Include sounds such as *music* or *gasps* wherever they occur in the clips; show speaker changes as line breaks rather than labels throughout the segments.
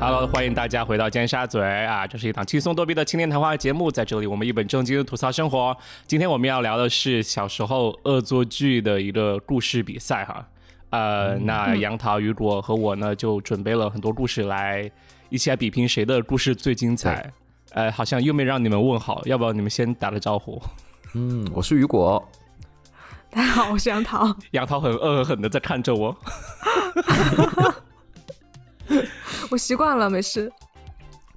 Hello，欢迎大家回到尖沙咀啊！这是一档轻松逗比的青年谈话节目，在这里我们一本正经的吐槽生活。今天我们要聊的是小时候恶作剧的一个故事比赛哈。呃，那杨桃、雨果和我呢，就准备了很多故事来一起来比拼谁的故事最精彩。呃，好像又没让你们问好，要不要你们先打个招呼？ *laughs*
嗯，我是雨果，
大家好，我是杨
*laughs*
桃。
杨桃很恶狠狠的在看着我。
我习惯了，没事。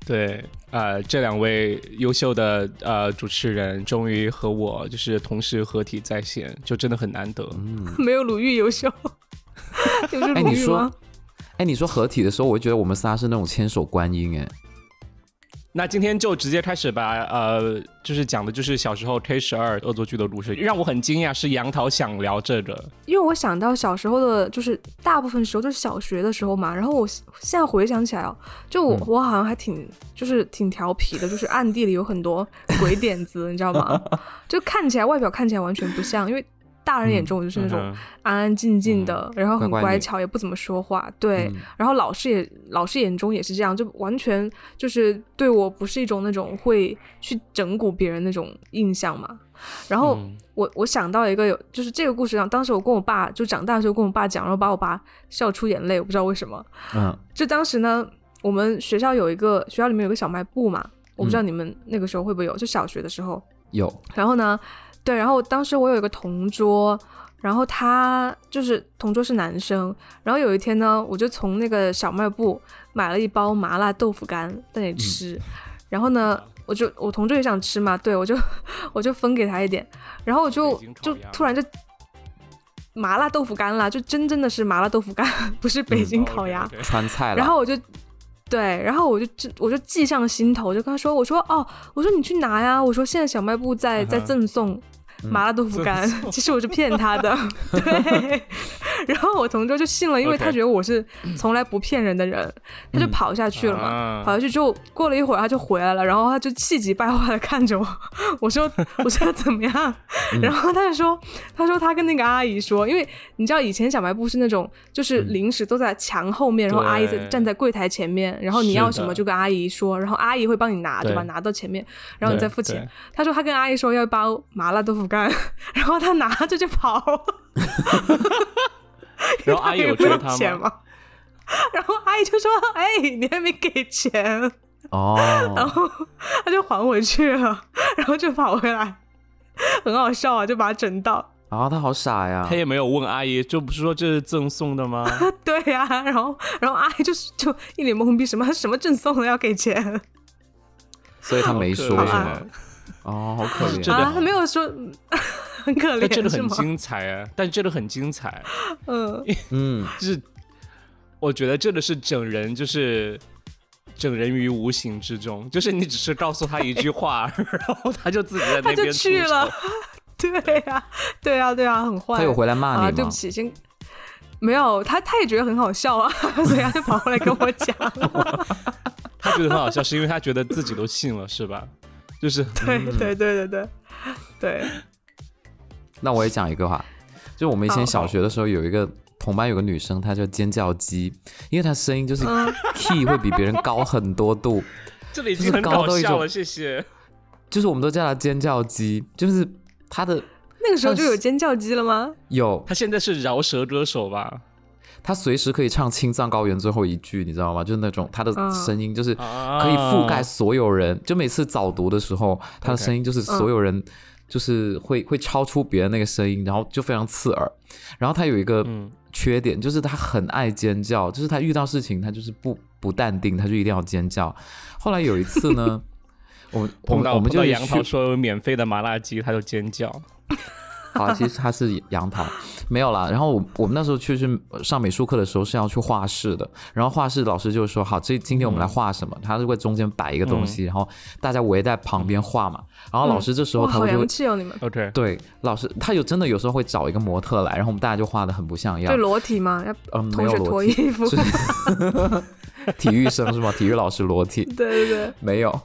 对，呃，这两位优秀的呃主持人终于和我就是同时合体在线，就真的很难得。
嗯
没有鲁豫优
*laughs*
秀，你不是
哎
鲁
你
豫
说
吗？
哎，你说合体的时候，我就觉得我们仨是那种千手观音，哎，
那今天就直接开始吧，呃，就是讲的就是小时候 K 十二恶作剧的故事。让我很惊讶是杨桃想聊这个，
因为我想到小时候的，就是大部分时候都是小学的时候嘛。然后我现现在回想起来哦，就
嗯
我、我好像还挺就是挺调皮的，就是暗地里有很多鬼点
*laughs*
子，你知道吗？就看起来外表看起来完全不像，因为大人眼中我就是那种
嗯哼
安安静静的，然后很
嗯乖乖
乖
女
巧，也不怎么说话。对，
嗯
然后老师也老师眼中也是这样，就完全就是对我不是一种那种会去整蛊别人那种印象嘛。然后
嗯
我、我想到一个有，就是这个故事上，当时我跟我爸就长大的时候跟我爸讲，然后把我爸笑出眼泪，我不知道为什么。
嗯，
就当时呢，我们学校有一个学校里面有个小卖部嘛，我不知道你们那个时候会不会有，就小学的时候。
有，
然后呢，对，然后当时我有一个同桌，然后他就是同桌是男生，然后有一天呢，我就从那个小卖部买了一包麻辣豆腐干在那
嗯
里吃，然后呢。我就我同桌也想吃嘛，对我就 *laughs* 我就分给他一点，然后我就
北京烤
就
鸭
突然就麻辣豆腐干啦，就真正的是麻辣豆腐干， *laughs* 不是
嗯
北
哦
京烤鸭。
OK，OK
川菜了，
然后我就对，然后我就记我就记上心头，就跟他说，我说哦，我说你去拿呀，我说现在小卖部在在
嗯哼嗯
赠送。麻辣豆腐
赠
干， *laughs* 其实我是骗他
*laughs*
的，对。然后我同桌就信了，因为
OK 嗯
他觉得我是从来不骗人的人，他就跑下去了嘛。
啊
跑下去之后，过了一会儿他就回来了，然后他就气急败坏的看着我， *laughs* 我说我
*laughs*
说怎么样？
嗯
然后他就说，他说他跟那个阿姨说，因为你知道以前小卖部是那种就是零食都在墙后面，然后阿姨在
嗯对
站在柜台前面，然后你
是
要
的
什么就跟阿姨说，然后阿姨会帮你拿对吧？
对
拿到前面，然后你再付
对
钱
对。
他说他跟阿姨说要一包麻辣豆腐干， *laughs* 然后他拿着就跑，
然后阿姨
因为
有
他
追
也 *laughs* 不
他
要钱
吗？
嘛。然后阿姨就说：“哎，你还没给钱。”然
哦，
后他就还回去了， *laughs* 然后就跑回来， *laughs* 很好笑啊，就把他整到。
啊，他好傻呀
他，也没有问阿姨，就不是说这是赠送的
*laughs*
吗？
对呀、然后然后阿姨就是就一脸懵逼，什么什么赠送的要给钱
所以他没说
好
是
可
啊
爱
吗？哦，好可怜，
真的
啊？他没有说， *laughs* 很可
但这个
怜是
很
吗？
精彩啊！但这个很精彩，
嗯，
嗯，
就是我觉得这个是整人，就是整人于无形之中，就是你只是告诉他一句话，然后他就自己在那
他
边
就去
出丑
了。 *laughs* 对呀、对呀、对呀、很坏。
他有回来骂
啊，
你
对
吗
不？起，先没有他，他也觉得很好笑啊， *laughs* 所以他就跑过来跟我
*laughs*
讲。
他觉得很好笑，是因为他觉得自己都信了，是吧？就是
对
嗯
对对对对对，
那我也讲一个吧，就我们以前
好
小学的时候有一个。同班有个女生，她叫尖叫鸡，因为她声音就是
嗯
key 会比别人高很多度，
这里已
就
经
是
很
高
搞
到一
笑
种
了，谢谢。
就是我们都叫她尖叫鸡，就是她的
那个时候就有
但是
尖叫鸡了吗？
有
他现在是饶舌歌手吧？
他随时可以唱《青藏高原》最后一句，你知道吗？就是那种他的
嗯
声音，就是
啊
可以覆盖所有人。就每次早读的时候，他的声音就是所有
嗯
人，就是会、会超出别人那个声音，然后就非常刺耳。然后他有一个
嗯
缺点，就是他很爱尖叫，就是他遇到事情他就是不不淡定，他就一定要尖叫。后来有一
*laughs*
次呢，我们我
碰
们
到
我
碰
们就
到
去
杨桃说有免费的麻辣鸡，他就尖叫。
好啦，其实它是杨桃，没有啦。然后我我们那时候去是上美术课的时候是要去画室的，然后画室老师就说好，这今天我们来画什么？他是会中间摆一个东西，然后大家围在旁边画嘛。然后老师这时候
哇，
他
好
会就
洋
会、
气哦，你们。
OK，
对老师，他有真的有时候会找一个模特来，然后我们大家就画的很不像样
对。裸体嘛，要
嗯，没
同
有
学
裸
脱
体，
衣服，
*laughs* 是体育生是吗？体育老师裸体
对对对，
没有。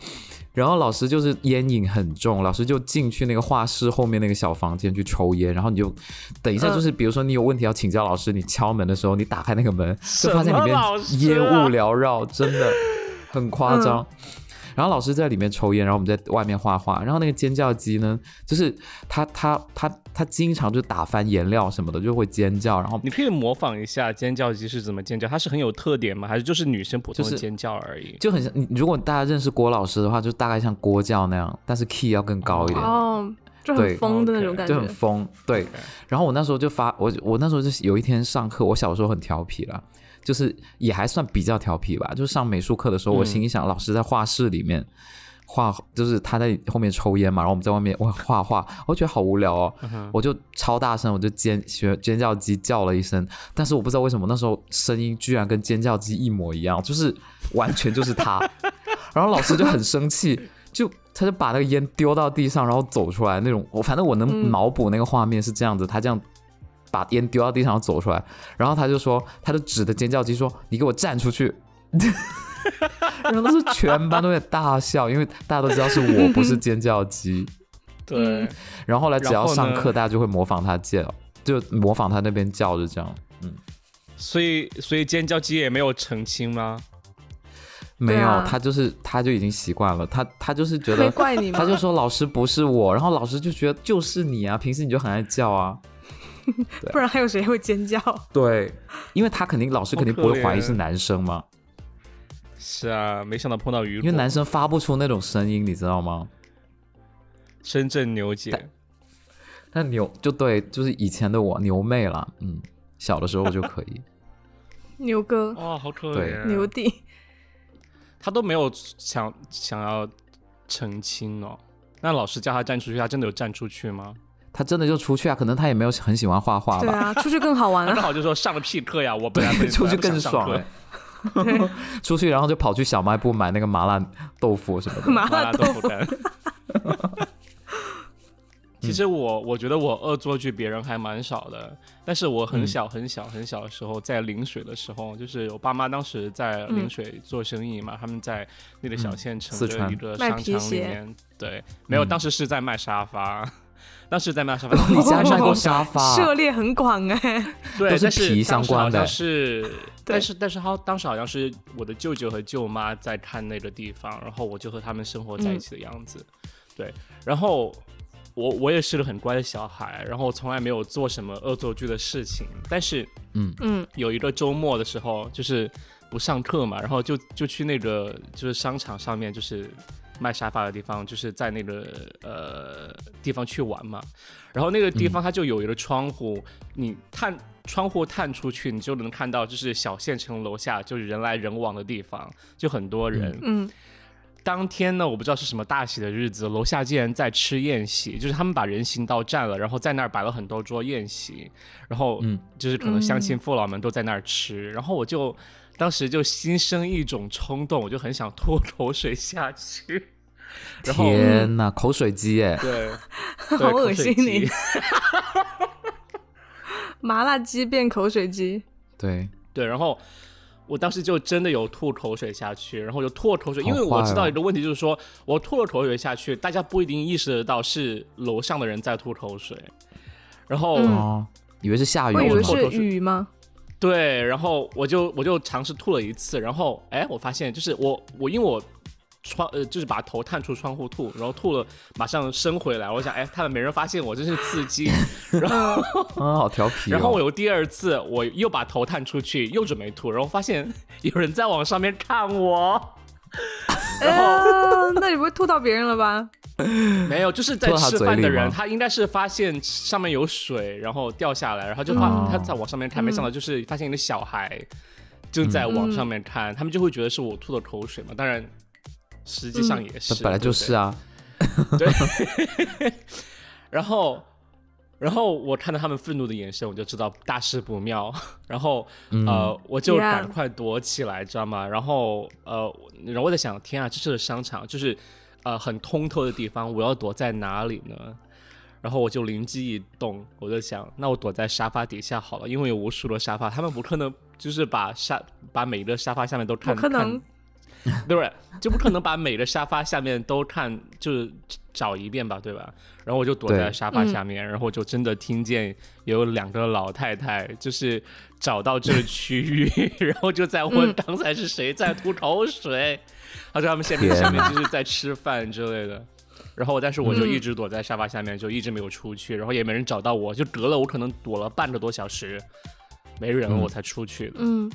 然后老师就是烟瘾很重，老师就进去那个画室后面那个小房间去抽烟，然后你就等一下，就是比如说你有问题要请教老师，你敲门的时候，你打开那个门，就发现里面
啊
烟雾缭绕，真的很夸张。然后老师在里面抽烟，然后我们在外面画画。然后那个尖叫鸡呢，就是它它它它经常就打翻颜料什么的，就会尖叫。然后
你可以模仿一下尖叫鸡是怎么尖叫，它是很有特点吗？还是就是女生普通的尖叫而已？
就很像你，如果大家认识郭老师的话，就大概像郭叫那样，但是 key 要更高一点。
哦，就很疯的那种感觉，
就很疯，对。然后我那时候就发我我那时候就有一天上课，我小时候很调皮啦，就是也还算比较调皮吧。就是上美术课的时候，我心里想，老师在画室里面画，就是他在后面抽烟嘛，然后我们在外面哇画画，我觉得好无聊哦，我就超大声，我就尖学尖叫鸡叫了一声，但是我不知道为什么那时候声音居然跟尖叫鸡一模一样，就是完全就是他。然后老师就很生气，就他就把那个烟丢到地上，然后走出来那种。我反正我能
嗯
脑补那个画面是这样子，他这样把烟丢到地上然后走出来，然后他就说，他就指着尖叫鸡说：“你给我站出去！” *laughs* 然后当时全班都在大笑，因为大家都知道是我，不是尖叫鸡。
对，
*laughs* 然后后来只
然
要
后呢
上课，大家就会模仿他叫，就模仿他那边叫，就这样。
所以所以尖叫鸡也没有澄清吗？
没有，
对啊
他就是他就已经习惯了，他他就是觉
没
得
怪你
他
吗？
就说老师不是我，然后老师就觉得就是你啊，平时你就很爱叫啊。
不然还有谁会尖叫？ *laughs*
对，因为他肯定老师肯定不
好可
会
怜
怀疑是男生嘛，
是啊，没想到碰到雨
因为男生发不出那种声音，你知道吗？
深圳牛姐，
那牛就对，就是以前的我牛妹啦，嗯，小的时候就可
*laughs*
以。
牛哥、
哇，好可
对
怜，
牛弟，
他都没有想想要澄清哦。那老师叫他站出去，他真的有站出去吗？
他真的就出去啊，可能他也没有很喜欢画画
对
吧，
啊，出去更好玩
他正
*laughs*
啊！
好就说上了屁课呀，我本来
出去更爽
了
*laughs*
哎。。出去然后就跑去小卖部买那个麻辣豆腐什么
*laughs*
的。
麻
麻
辣
辣
豆
豆
腐
腐
*laughs*
干。其实我我觉得我恶作剧别人还蛮少的，但是我
嗯
很小很小很小的时候，在陵水的时候，就是我爸妈当时在
嗯
陵水做生意嘛，他们在那个小县城
嗯四
的
川嗯，
一个
卖
商
皮
场里
鞋
面，对，没有，当时是在卖沙发，当时在卖
*laughs*
沙发
哦
你家卖过沙发啊？
涉猎很广哎，
对，
*laughs* 都是
但
皮
当
相
时
关
好
的
像
*laughs*
是，
对
但是但是他当时好像是我的舅舅和舅妈在看那个地方，然后我就和他们生活在
嗯
一起的样子。对，然后我我也是个很乖的小孩，然后从来没有做什么恶作剧的事情，但是
嗯，
有一个周末的时候，就是不上课嘛，然后就就去那个就是商场上面就是卖沙发的地方，就是在那个呃地方去玩嘛。然后那个地方它就有一个窗户，你探窗户探出去，你就能看到就是小县城楼下就是人来人往的地方，就很多人。
嗯，
当天呢，我不知道是什么大喜的日子，楼下竟然在吃宴席，就是他们把人行道占了，然后在那儿摆了很多桌宴席，然后
嗯
就是可能乡亲父老们都在那儿吃，然后我就当时就心生一种冲动，我就很想吐口水下去，然后
天呐，口水鸡哎！
对，
*laughs* 好恶心
口水
你
鸡
麻辣鸡变口水鸡，
对，
对，然后我当时就真的有吐口水下去，然后就吐了口水，因为
好
我
坏
知道
哦
一个问题，就是说、我吐了口水下去，大家不一定意识得到是楼上的人在吐口水，然后、
嗯
哦，以为是下雨
我以
什
为
么的。
是雨吗？
对，然后我就我就尝试吐了一次，然后哎，我发现就是我我因为我。窗呃，就是把头探出窗户吐，然后吐了，马上伸回来。我想，哎，他们没人发现我，真是刺
哎
激。
啊，好调皮、哦。
然后我有第二次，我又把头探出去，又准备吐，然后发现 *laughs* 有人在往上面看我。
呃，那你不会吐到别人了吧？
*laughs*
没有，就是在
吐到他
吃
嘴
饭的
里
人，
吗
他应该是发现上面有水，然后掉下来，然后就发、
嗯
他在往上面看，没想到就是发现一个小孩就在
嗯
往上面看，他们就会觉得是我吐的口水嘛。当然，实际上也是，
嗯本来就是
啊。
啊，
对。然后，然后我看到他们愤怒的眼神，我就知道大事不妙。 *laughs* 然后，呃，我就
Yeah
赶快躲起来，知道吗？然后，呃，然后我在想，天啊，这是个商场，就是呃很通透的地方，我要躲在哪里呢？然后我就灵机一动，我就想，那我躲在沙发底下好了，因为有无数的沙发，他们不可能就是把沙把每一个沙发下面都
不
看
可能
看，对不对？就不可能把每个沙发下面都看，就是找一遍吧，对吧？然后我就躲在
对
沙发
嗯
下面，然后我就真的听见有两个老太太，就是找到这个区域， *laughs* 然后就在问
嗯
刚才是谁在吐口水，他说他们下面
天
下
哪
面就是在吃饭之类的。然后，但是我就
嗯
一直躲在沙发下面，就一直没有出去，然后也没人找到我，就隔了我可能躲了半个多小时，没人
嗯
我才出去的。
嗯，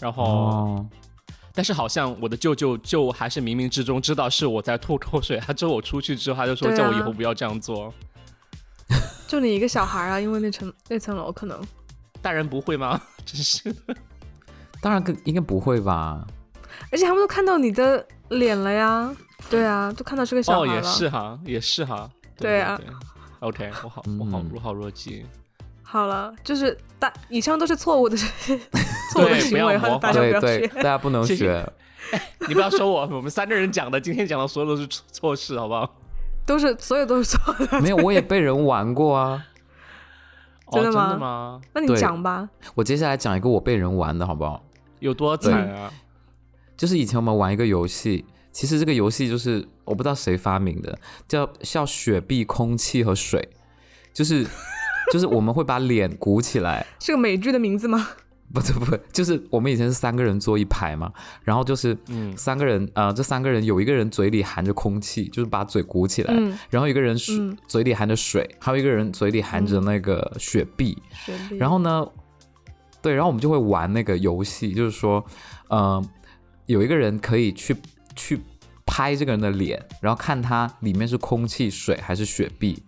然后，
哦，
但是好像我的舅舅就还是冥冥之中知道是我在吐口水，他啊之后我出去之后，他就说
对啊
叫我以后不要这样做。
就你一个小孩啊，因为那层那层楼可能
大人不会吗？ *laughs* 真是的
当然跟应该不会吧？
而且他们都看到你的脸了呀，对啊，都看到是个小
哦，
孩了。
也是哈，也是哈。
对
对
啊
对 OK，我好，我好
嗯，
我好弱鸡。
好了，就是大以上都是错误的 *laughs* 错误的
对不
行
要
为，
模仿
大家不
对
要
对，
学。
大家不能
谢谢
学。
你不要说我，我们三个人讲的，今天讲的所有都是错错事，
*laughs*
好不好？
都是所有都是错的。
没有，我也被人玩过啊。
哦，
真
真
的吗
的吗？
那你
对
讲吧，
我接下来讲一个我被人玩的好不好？
有多惨啊？
就是以前我们玩一个游戏，其实这个游戏就是我不知道谁发明的，叫叫雪碧、空气和水，就是就是我们会把脸鼓起来， *laughs*
是个美剧的名字吗？
不是不是，就是我们以前是三个人坐一排嘛，然后就是
嗯
三个人，呃，这三个人有一个人嘴里含着空气，就是把嘴鼓
哎
起来，
嗯，
然后一个人水、
嗯
嘴里含着水，还有一个人嘴里含着那个雪碧，然
后
后呢，对，然后我们就会玩那个游戏，就是说，呃，有一个人可以去去拍这个人的脸，然后看他里面是空气、水还是雪碧，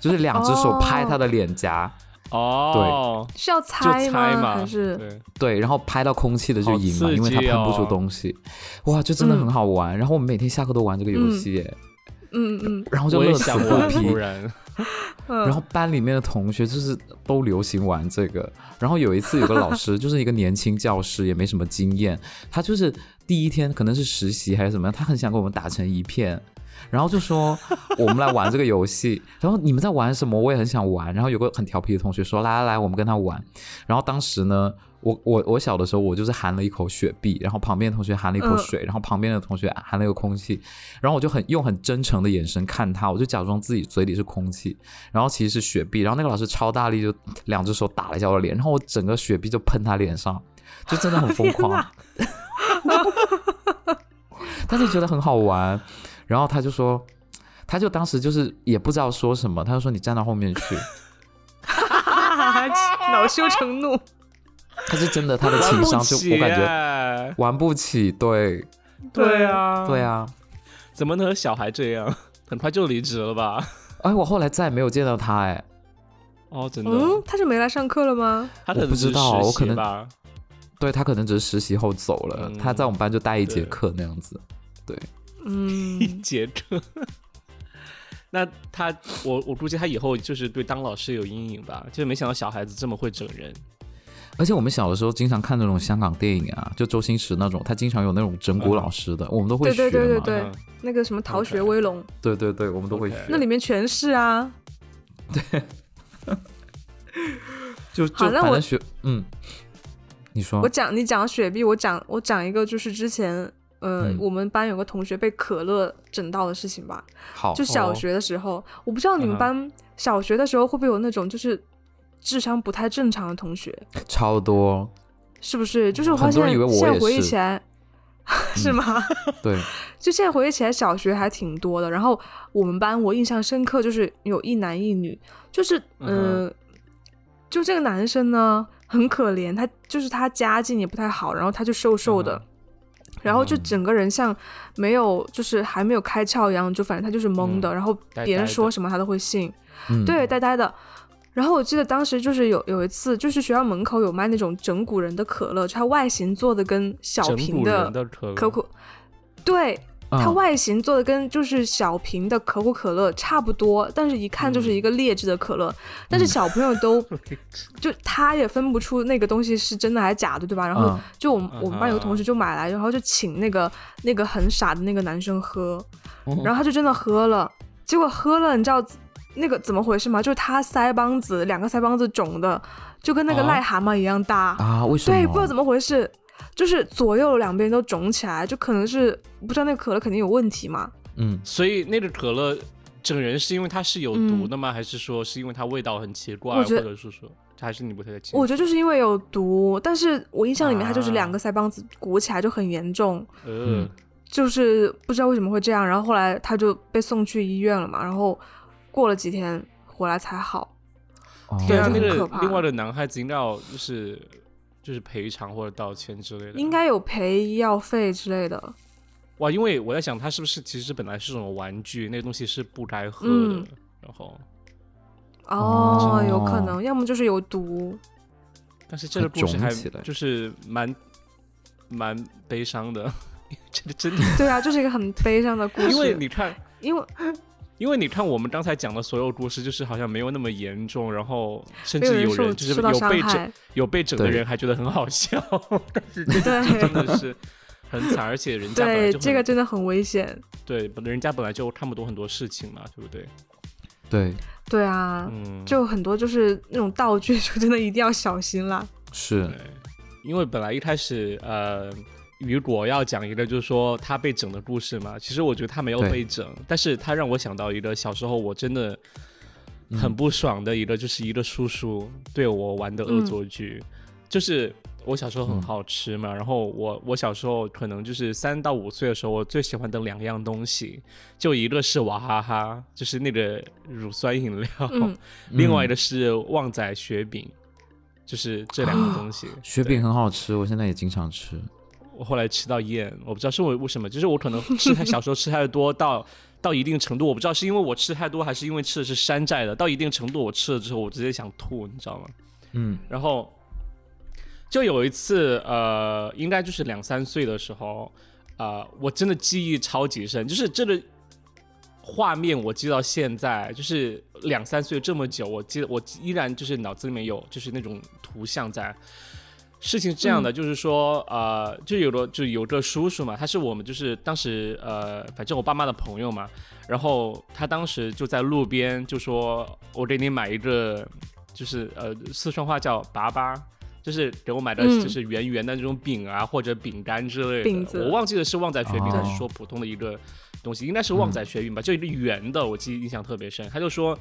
就是两只手拍他的脸颊，
哦，
是要
就
猜
猜
吗？
嘛，
还是
对
对，然后拍到空气的就赢
好刺
嘛，
激
因为他喷不
哦嗯
出东西，哇，就真的很好玩。然后我们每天下课都玩这个游戏耶，
嗯嗯
然后就
我也
乐此
想
不
玩，
疲
突。然，
嗯，
然后班里面的同学就是都流行玩这个。然后有一次有个老师，就是一个年轻教师，也没什么经验，他就是第一天可能是实习还是怎么样，他很想跟我们打成一片。然后就说我们来玩这个游戏，然后你们在玩什么？我也很想玩。然后有个很调皮的同学说来来来，我们跟他玩。然后当时呢，我我我小的时候我就是含了一口雪碧，然后旁边的同学含了一口
嗯
水，然后旁边的同学含了一个空气，然后我就很用很真诚的眼神看他，我就假装自己嘴里是空气，然后其实是雪碧，然后那个老师超大力就两只手打了一下我的脸，然后我整个雪碧就喷他脸上，就真的很疯
天
狂
哪。
*laughs* 但是觉得很好玩，然后他就说，他就当时就是也不知道说什么，他就说你站到后
*laughs*
面去，
恼羞成怒，
他是真的他的情商就我感觉
觉，
玩不起，对
对啊，
对，啊，
怎么能和小孩这样？ *laughs* 很快就离职了吧？
哎，我后来再也没有见到他，哎，
哦，真的，
嗯，他是没来上课了吗？
他可能
我不知道
是实习
我可能
吧，
*laughs* 对他可能只是实习后走了，
嗯
他在我们班就待一节
对
课那样子，
一 *laughs*
嗯，
节课。那他，我我估计他以后就是对当老师有阴影吧，就是没想到小孩子这么会整人。
而且我们小的时候经常看那种香港电影啊，就周星驰那种，他经常有那种整蛊老师的，我们都会
对
学嘛。
对对对
嗯
对，那个什么《逃学
OK
威龙》，
对对对我们都会学
OK
那里面全是啊。
就就
好那
反
我
正学，嗯，你说
嗯
我，讲你讲雪碧，我讲我讲一个就是之前呃、
嗯
我们班有个同学被可乐整到的事情吧，
好，哦
就小学的时候，我不知道你
嗯
们
哼
班小学的时候会不会有那种就是智商不太正常的同学，
超多，
是不是？就是我
很
发现
多人以为我
现在
也
回忆
是嗯
起
*laughs*
来。是吗？ *laughs*
对，
就现在回忆起来，小学还挺多的。然后我们班我印象深刻，就是有一男一女，就是
嗯
嗯、呃就这个男生呢很可怜，他就是他家境也不太好，然后他就瘦瘦的，
嗯
然后就
嗯
整个人像没有，就是还没有开窍一样，就反正他就是懵的，
嗯
然后
呆
别人
呆
说
的
什么他都会信，
嗯，
对，呆呆的。然后我记得当时就是有有一次，就是学校门口有卖那种整蛊人的可乐，就它外形做的跟小
整
瓶
蛊人的可
可口，对，
嗯，
它外形做的跟就是小瓶的可口可乐差不多，但是一看
嗯
就是一个劣质的可乐。但是小朋友都
*laughs*
就他也分不出那个东西是真的还是假的，对吧？然后
嗯
就我们、
嗯
我们班有个同学就买来，然后就请那个那个很傻的那个男生喝，
嗯
嗯
然后他就真的喝了，结果喝了，你知道那个怎么回事吗？就是他腮帮子两个腮帮子肿的，就跟那个
啊
癞蛤蟆一样大。
啊，为什么？
对，不知道怎么回事。就是左右两边都肿起来，就可能是不知道那个可乐肯定有问题嘛。
嗯，
所以那个可乐整人是因为它是有毒的吗？还是说是因为它味道很奇怪，
嗯我
或
觉得
者是说还是你不太清楚？
我觉得就是因为有毒，但是我印象里面它就是两个
啊
腮帮子鼓起来就很严重，
呃
嗯，
就是不知道为什么会这样。然后后来他就被送去医院了嘛，然后过了几天回来才好。
哦
对啊，
就
那个
很可怕
另外的男孩子应该要就是就是赔偿或者道歉之类的。
应该有赔医药费之类的。
哇，因为我在想，它是不是其实本来是种玩具，那个东西是不该喝的，
嗯
然后。
哦
哦，
有可能，要么就是有毒。
但是这个
它
故事
肿
还
起来
就是蛮蛮悲伤 *laughs* 的，这个真的，
对啊，这是一个很悲伤的故事。
因为你看，
因为
因为你看我们刚才讲的所有故事，就是好像没有那么严重，然后甚
没有
至
人
有
受
人就是
受到
有
伤
被整
害，
有被整的
对
人还觉得很好
*laughs*
笑，但是这
对
这真的是很惨，而且人家本来
对，
就
这
很
个真的很危险。
对，本人家本来就看不懂很多事情嘛，对不对？
对，
对啊，
嗯，
*laughs* 就很多就是那种道具， *laughs* 就真的一定要小心啦。
是
对，因为本来一开始呃，雨果要讲一个就是说他被整的故事嘛，其实我觉得他没有
对
被整，但是他让我想到一个小时候我真的很不爽的一个，就是一个叔叔对我玩的恶作剧，就是。我小时候很
嗯
好吃嘛，然后我我小时候可能就是三到五岁的时候，我最喜欢的两样东西，就一个是娃哈哈，就是那个乳酸饮料，
嗯，
另外一个是旺仔雪饼，就是这两个东西。
*gasps* 雪饼很好吃，我现在也经常吃。
我后来吃到厌，我不知道是为为什么，就是我可能吃太小时候吃太多到到一定程度，我不知道是因为我吃太多还是因为吃的是山寨的，到一定程度我吃了之后我直接想吐，你知道吗？
嗯
然后就有一次，呃，应该就是两三岁的时候，啊，我真的记忆超级深，就是这个画面我记到现在，就是两三岁这么久，我记得我依然就是脑子里面有就是那种图像在。事情是这样的，就是说，呃，就有个就有个叔叔嘛，他是我们就是当时呃，反正我爸妈的朋友嘛，然后他当时就在路边就说：“我给你买一个，就是呃，四川话叫粑粑，就是给我买的
嗯
就是圆圆的那种饼啊、或者饼干之类的。
饼子
我忘记了是旺仔雪饼
哦
还是说普通的一个东西，应该是旺仔雪饼吧，就一个圆的，我记忆印象特别深。他就说。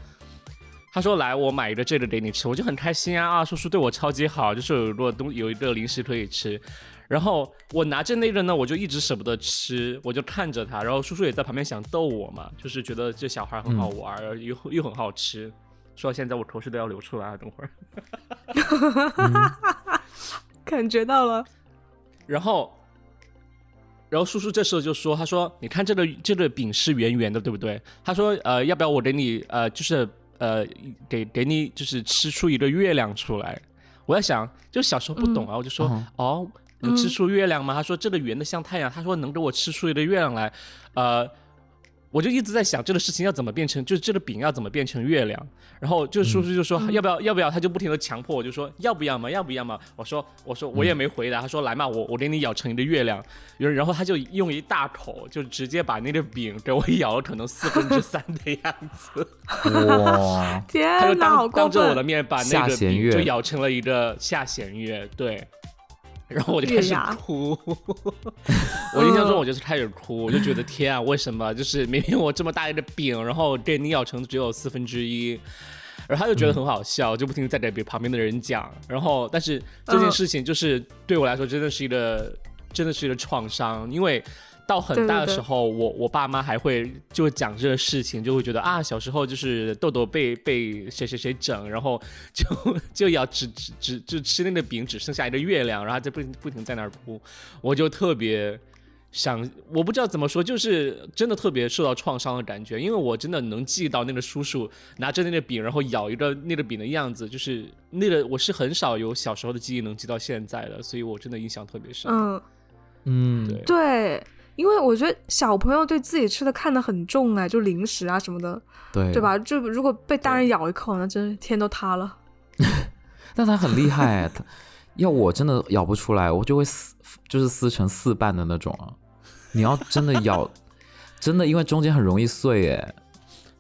他说：“来，我买一个这个给你吃，我就很开心啊！啊，叔叔对我超级好，就是有一个东有一个零食可以吃。然后我拿着那个呢，我就一直舍不得吃，我就看着他。然后叔叔也在旁边想逗我嘛，就是觉得这小孩很好玩，然后又又很好吃。说到现在，我口水都要流出来了，等会儿。
感觉到了，
然后，然后叔叔这时候就说：“他说，你看这个这个饼是圆圆的，对不对？他说，呃，要不要我给你，呃，就是呃，给给你就是吃出一个月亮出来？”我在想，就小时候不懂啊，我就说：“
嗯
哦，能吃出月亮吗？”他说：“这个圆的像太阳。”他说：“能给我吃出一个月亮来。”呃，我就一直在想这个事情要怎么变成，就是这个饼要怎么变成月亮。然后就叔叔就说、要不要要不要，他就不停的强迫我，就说要不要嘛要不要嘛。我说我说我也没回答，他说来嘛我我给你咬成一个月亮，然然后他就用一大口就直接把那个饼给我 *laughs* 咬了，可能四分之三的样子。
哦哇，
他就
天哪，好
当
过
当着我的
分！
面把那
下
个
弦
饼
月
就咬成了一个下弦月，对。然后我就开
月
始
牙
哭， *laughs* 我印象中我就是开始哭，我就觉得天啊，为什么就是明明我这么大一个饼，然后给你咬成只有四分之一，然后他就觉得很好笑，就不停地在给别旁边的人讲。然后，但是这件
嗯
事情就是对我来说真的是一个真的是一个创伤，因为到很
对
大
对
的
对
时候，我我爸妈还会就讲这个事情，就会觉得啊，小时候就是豆豆被被谁谁谁整，然后 *laughs* 就就要只只只就吃那个饼，只剩下一个月亮，然后就不停不停在那儿哭，我就特别。想我不知道怎么说，就是真的特别受到创伤的感觉，因为我真的能记到那个叔叔拿着那个饼，然后咬一个那个饼的样子，就是那个我是很少有小时候的记忆能记到现在的，所以我真的印象特别深。
嗯，
*laughs* 嗯
对，
对，因为我觉得小朋友对自己吃的看得很重哎，就零食啊什么的，
对
对？吧？就如果被大人咬一口，那真是天都塌了。
但他很厉害，他要我真的咬不出来，我就会撕，就是撕成四瓣的那种啊。你要真的咬， *laughs* 真的因为中间很容易碎哎。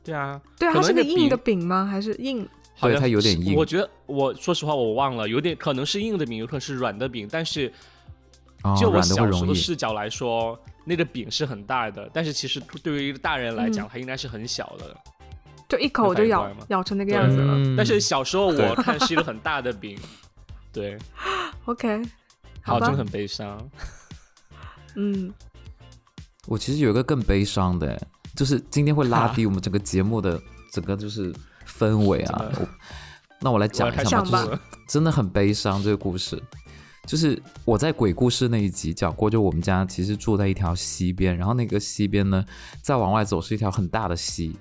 对啊，
对啊，
可
它
能
是个
那
硬的饼吗？还是硬？
好像
对它有点
是
硬
我觉得我说实话，我忘了，有点可能是硬的饼，有可能是软的饼，但是
哦
就我
软
小
的会
时候
容
的
易。
视角来说，那个饼是很大的，但是其实对于大人来讲，
嗯
它应该是很小的。
就一口我就咬
那反应过来吗
咬成那个样子了。啊
嗯
但是小时候
对
我看是一个很大的
*laughs*
饼，对，
OK，
好，
好吧
真的很悲伤。
嗯，
我其实有一个更悲伤的欸，就是今天会拉低我们整个节目的整个就是氛围啊
真的。
我那我来讲
我要开
一
始
下
想
吧，
吧
就是真的很悲伤这个故事。就是我在鬼故事那一集讲过，就我们家其实住在一条溪边，然后那个溪边呢，再往外走是一条很大的溪。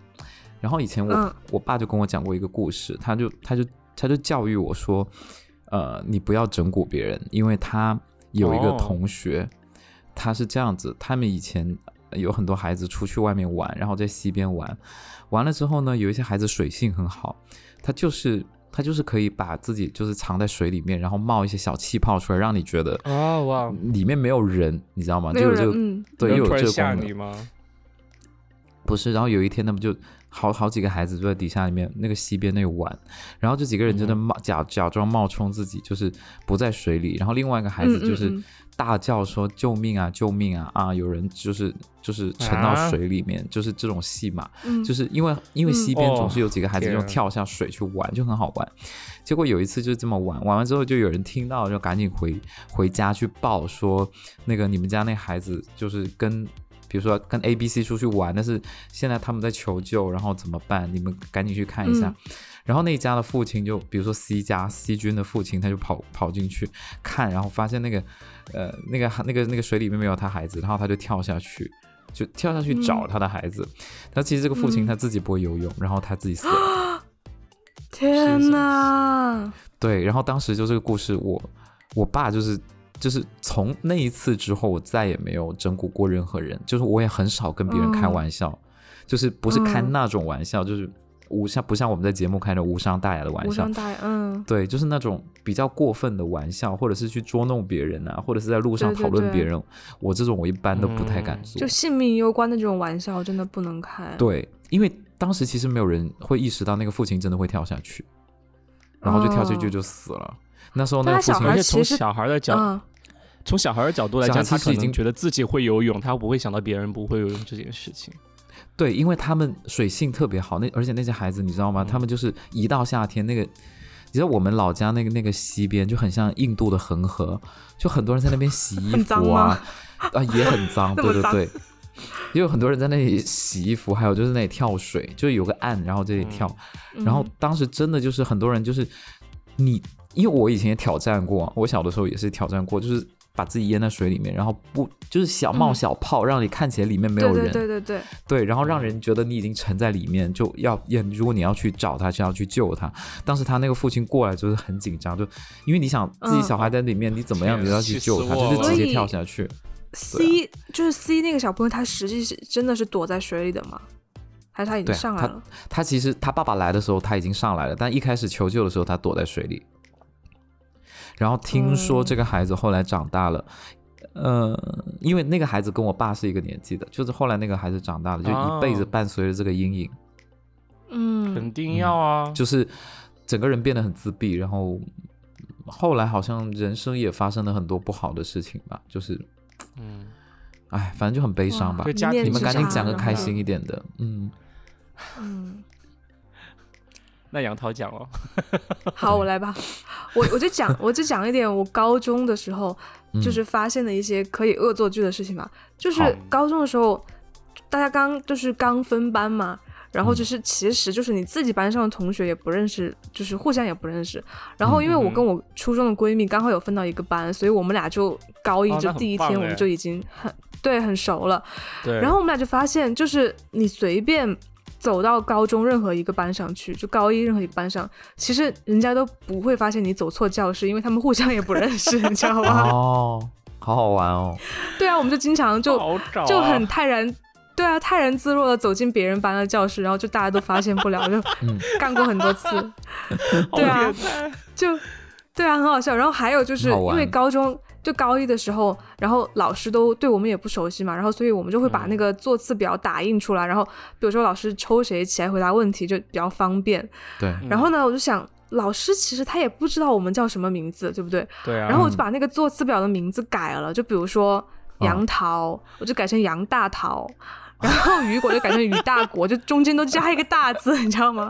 然后以前我、
嗯
我爸就跟我讲过一个故事，他就他就他就教育我说，呃，你不要整蛊别人，因为他有一个
哦
同学，他是这样子，他们以前有很多孩子出去外面玩，然后在溪边玩，完了之后呢，有一些孩子水性很好，他就是他就是可以把自己就是藏在水里面，然后冒一些小气泡出来，让你觉得
哦哇，
里面没有人，你知道吗？
没
就
有
有这
人
个、
嗯，
*laughs* 对，又
能
有
突
这
然
个
吓
功能
你。吗？
不是，然后有一天他们就好好几个孩子就在底下里面那个溪边那里玩，然后这几个人
嗯
真的冒、假假装冒充自己就是不在水里，然后另外一个孩子
嗯嗯
就是
嗯
大叫说救命啊救命啊啊有人就是就是沉到
啊
水里面，就是这种戏码，
嗯，
就是因为因为
嗯
溪边
哦
总是有几个孩子
天
就
啊
跳下水去玩，就很好玩。结果有一次就这么玩，玩完之后就有人听到，就赶紧回回家去报说，那个你们家那孩子就是跟。比如说跟 A、B、C 出去玩，但是现在他们在求救，然后怎么办？你们赶紧去看一下。
嗯
然后那一家的父亲就，比如说 C 家 C 君的父亲，他就跑跑进去看，然后发现那个呃那个那个那个水里面没有他孩子，然后他就跳下去，就跳下去找
嗯
他的孩子。但其实这个父亲
嗯
他自己不会游泳，然后他自己死了。
天哪，
对，然后当时就这个故事，我我爸就是就是从那一次之后，我再也没有整蛊过任何人，就是我也很少跟别人开
嗯
玩笑，就是不是开
嗯
那种玩笑，就是无像不像我们在节目开的无伤大雅的玩
无
笑
伤，大雅，嗯，
对，就是那种比较过分的玩笑，或者是去捉弄别人啊，或者是在路上
对对
讨论
对
别人，我这种我一般都不太敢
嗯
做。
就性命攸关的这种玩笑真的不能开。
对，因为当时其实没有人会意识到那个父亲真的会跳下去，然后就跳下去
哦
就死了。那时候那
但
个
他小
父亲
孩
而且
其
从
实
小孩的角，
嗯，
从小孩的角度来
小孩
讲，
其
他
实
可
已经
能觉得自己会游泳，他不会想到别人不会游泳这件事情。
对，因为他们水性特别好，那而且那些孩子你知道
嗯
吗？他们就是一到夏天那个，你知道我们老家那个那个溪边就很像印度的恒河，就很多人在那边洗衣
很脏
服啊， *laughs* 啊也很脏，
*laughs* 那
对
么
对
脏
对。也有很多人在那里洗衣服，还有就是那里跳水，就有个岸，然后这里跳。
嗯
然后当时真的就是很多人就是你，因为我以前也挑战过，我小的时候也是挑战过，就是把自己淹在水里面，然后不就是小冒
嗯
小泡，让你看起来里面没
对
有
对
人，
对对对，
对，啊然后让人觉得你已经沉在里面，就要要如果你要去找他，就要去救他。当时他那个父亲过来就是很紧张，就因为你想自己
嗯
小孩在里面，你怎么样
天啊
你都要
气
去救
死
他，
我
就是
了
直接
所以
跳下去。
C、就是 C 那个小朋友，他实际是真的是躲在水里的吗？还是他已
对
经
啊
上来
他
了？
他其实他爸爸来的时候他已经上来了，但一开始求救的时候他躲在水里。然后听说
嗯
这个孩子后来长大了，呃，因为那个孩子跟我爸是一个年纪的，就是后来那个孩子长大了，就一辈子
哦
伴随着这个阴影。
嗯
肯定要啊，
就是整个人变得很自闭，然后后来好像人生也发生了很多不好的事情吧，就是
嗯，
哎，反正就很悲伤吧
对。家
一念
你们
之
赶紧
差
讲个
然
开
后
心一点的，嗯，
嗯，
那杨涛讲哦，
好，我来吧。我我就讲，我就讲一点我高中的时候
嗯
就是发现的一些可以恶作剧的事情吧。就是
好
高中的时候，大家刚就是刚分班嘛，然
嗯
后就是其实就是你自己班上的同学也不认识，就是互相也不认识。然
嗯
后因为我跟我初中的闺蜜刚好有分到一个班，所以我们俩就高一
哦
就
那很
第一
棒
天我们
哎
就已经很对很熟了。
对，
然后我们俩就发现，就是你随便走到高中任何一个班上去，就高一任何一个班上，其实人家都不会发现你走错教室，因为他们互相也不认识，你知道
*laughs*
吗？
哦，好好玩哦，
对啊，我们就经常就、
好找啊
就很泰然。对啊，泰然自若的走进别人班的教室，然后就大家都发现不了，就
嗯
干过很多次。 *laughs*
好
对啊
变态
就对啊，很好笑。然后还有就是
很好玩
因为高中就高一的时候，然后老师都对我们也不熟悉嘛，然后所以我们就会把
嗯
那个座次表打印出来，然后比如说老师抽谁起来回答问题就比较方便。
对，
嗯
然后呢，我就想老师其实他也不知道我们叫什么名字，对不对？
对啊，
然后
嗯
我就把那个座次表的名字改了，就比如说
哦
杨桃，我就改成杨大桃，然后雨果就改成雨大国，就中间都加一个大字，你知道
*laughs*
吗？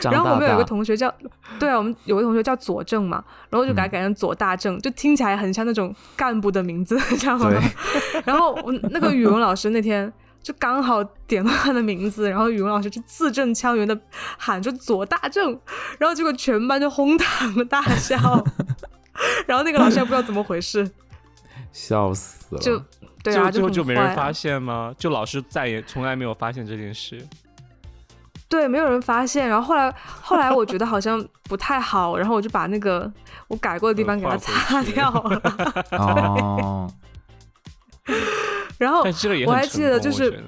张
然后我
大
们有一个
大，
同学叫，对啊，我们有个同学叫左正嘛，然后就给
嗯
他改成左大正，就听起来很像那种干部的名字，知道吗？ *laughs* 然后我那个语文老师那天就刚好点到他的名字，然后语文老师就字正腔圆的喊出左大正，然后结果全班就哄堂大笑， *laughs* 然后那个老师也不知道怎么回事，
笑死了。
就对
最后
啊，
最后
很
就没
坏
人
啊
发现吗？就老师再也从来没有发现这件事。
对，没有人发 *laughs* 现。然后后来，后来我觉得好像不太好，然后我就把那个我改过的地方给它
呃换
擦
回去
掉 *laughs* 了。
哦，
然后
但这个也
哦我
很
还
成
记得
功
就
我
是
觉得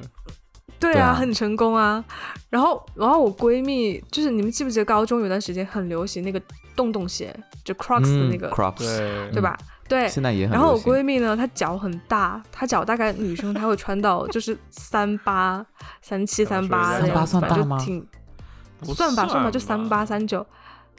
对
对
啊，
啊
很成功啊。然后，然后我闺蜜就是你们记不记得高中有段时间很流行那个洞洞鞋，就 *laughs* Crocs 的
嗯
那个，
，Crocs，
对
*laughs* 对吧？对。
现在也很
然后
流
我
行
闺蜜呢，她脚很大，她脚大概女生她会穿到就是三八、三七、三八
三
的
八
样子
算
吧，
大
就
吗
挺
不
算吧算吧，就三八三九，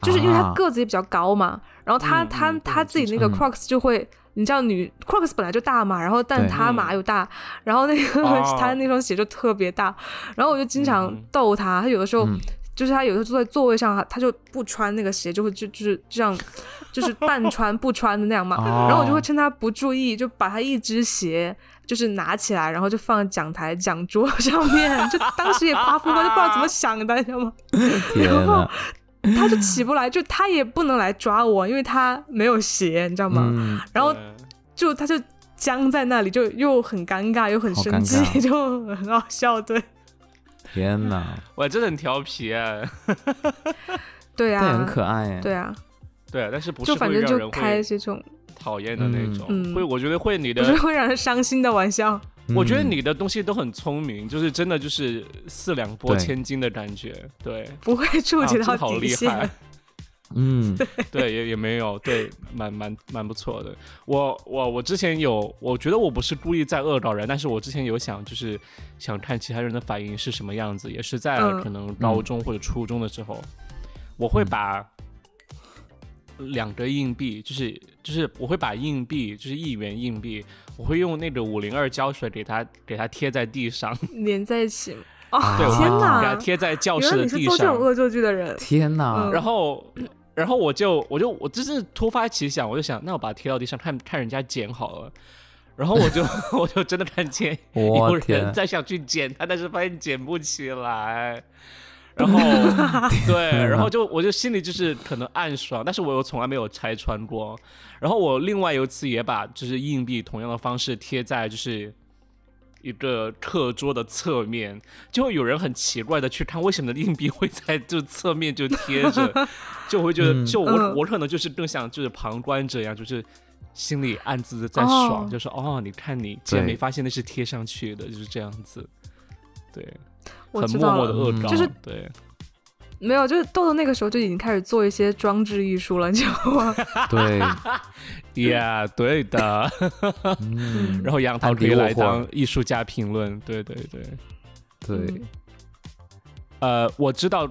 就是因为他
啊
个子也比较高嘛，然后他
嗯
他
嗯
他
对
自己那个
嗯
Crocs 就会，你知道女 Crocs 本来就大嘛，然后但
对
他码又大，然后那个 *laughs*
哦
他那双鞋就特别大，然后我就经常
嗯嗯
逗他，他有的时候
嗯
就是他有的时候坐在座位上，他他就不穿那个鞋，就会就就是这样，就是半穿不穿的那样嘛，
哦
啊然后我就会趁他不注意，就把他一只鞋。就是拿起来，然后就放在讲台讲桌上面，就当时也发疯了，就不知道怎么想的，你知道吗？
天
*laughs* 然后
呐，
他就起不来，就他也不能来抓我，因为他没有鞋，你知道吗？
嗯，
然后
对
就他就僵在那里，就又很尴尬，又很
好
生
尴
气，
尬
就
哦
很好笑。
*laughs*
对，
天
嗯
呐，
我真的很调皮哎。
对
但也很
啊，
可爱哎。
对啊，
对，但是不是
就反
会
正
让人
就开
会
这种
讨厌的那种，
嗯嗯
会我觉得会你
不是
的，
会让人伤心的玩笑。
嗯，
我觉得你的东西都很聪明，就是真的就是四两拨
对
千斤的感觉，对，
不会触
啊
及
真
到
的好
底
厉
线， *laughs*
害，
嗯，
对，也也没有，对，蛮蛮蛮不错的。我我我之前有，我觉得我不是故意在恶搞人，但是我之前有想，就是想看其他人的反应是什么样子，也是在
嗯
可能高中或者初中的时候，我会把两个硬币，就是就是我会把硬币，就是一元硬币，我会用那个五零二胶水给它给它贴在地上，
连在一
*laughs*
起。哦
啊，
对，我
天
给它
哪！
贴在教
原
室
来
的
你是
地
做这
上
种。恶作剧的人，
天呐
嗯，
然后，然后我就我就我就是突发奇想，我就想，那我把它贴到地上看看人家捡好了。然后我就 *laughs* 我就真的看见
嗯
有
我
人
天，
在想去捡它，但是发现捡不起来。然后对，然后就我就心里就是可能暗爽，但是我又从来没有拆穿过。然后我另外有一次也把就是硬币同样的方式贴在就是一个课桌的侧面，就会有人很奇怪的去看为什么硬币会在就侧面就贴着，就会觉得就我、
嗯
我可能就是更像就是旁观者一样，就是心里暗自的在爽，
哦
就说哦，你看你竟然
对
没发现那是贴上去的，就是这样子，对，
我
很
知
默
道
默的
了。
恶
嗯
搞，
就是
对，
没有，就是豆豆那个时候就已经开始做一些装置艺术了，你知道吗？ *laughs*
对，
呀、对的。 *laughs*
嗯，
然后杨桃
安
可
迪
以
沃
来
霍尔
当艺术家评论，对对对。
*laughs* 对，
嗯
呃，我知道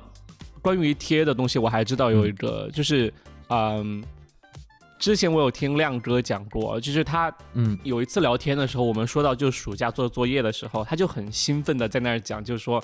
关于贴的东西，我还知道有一个，就是嗯、之前我有听亮哥讲过，就是他
嗯，
有一次聊天的时候，我们说到就是暑假做作业的时候，他就很兴奋的在那儿讲，就是说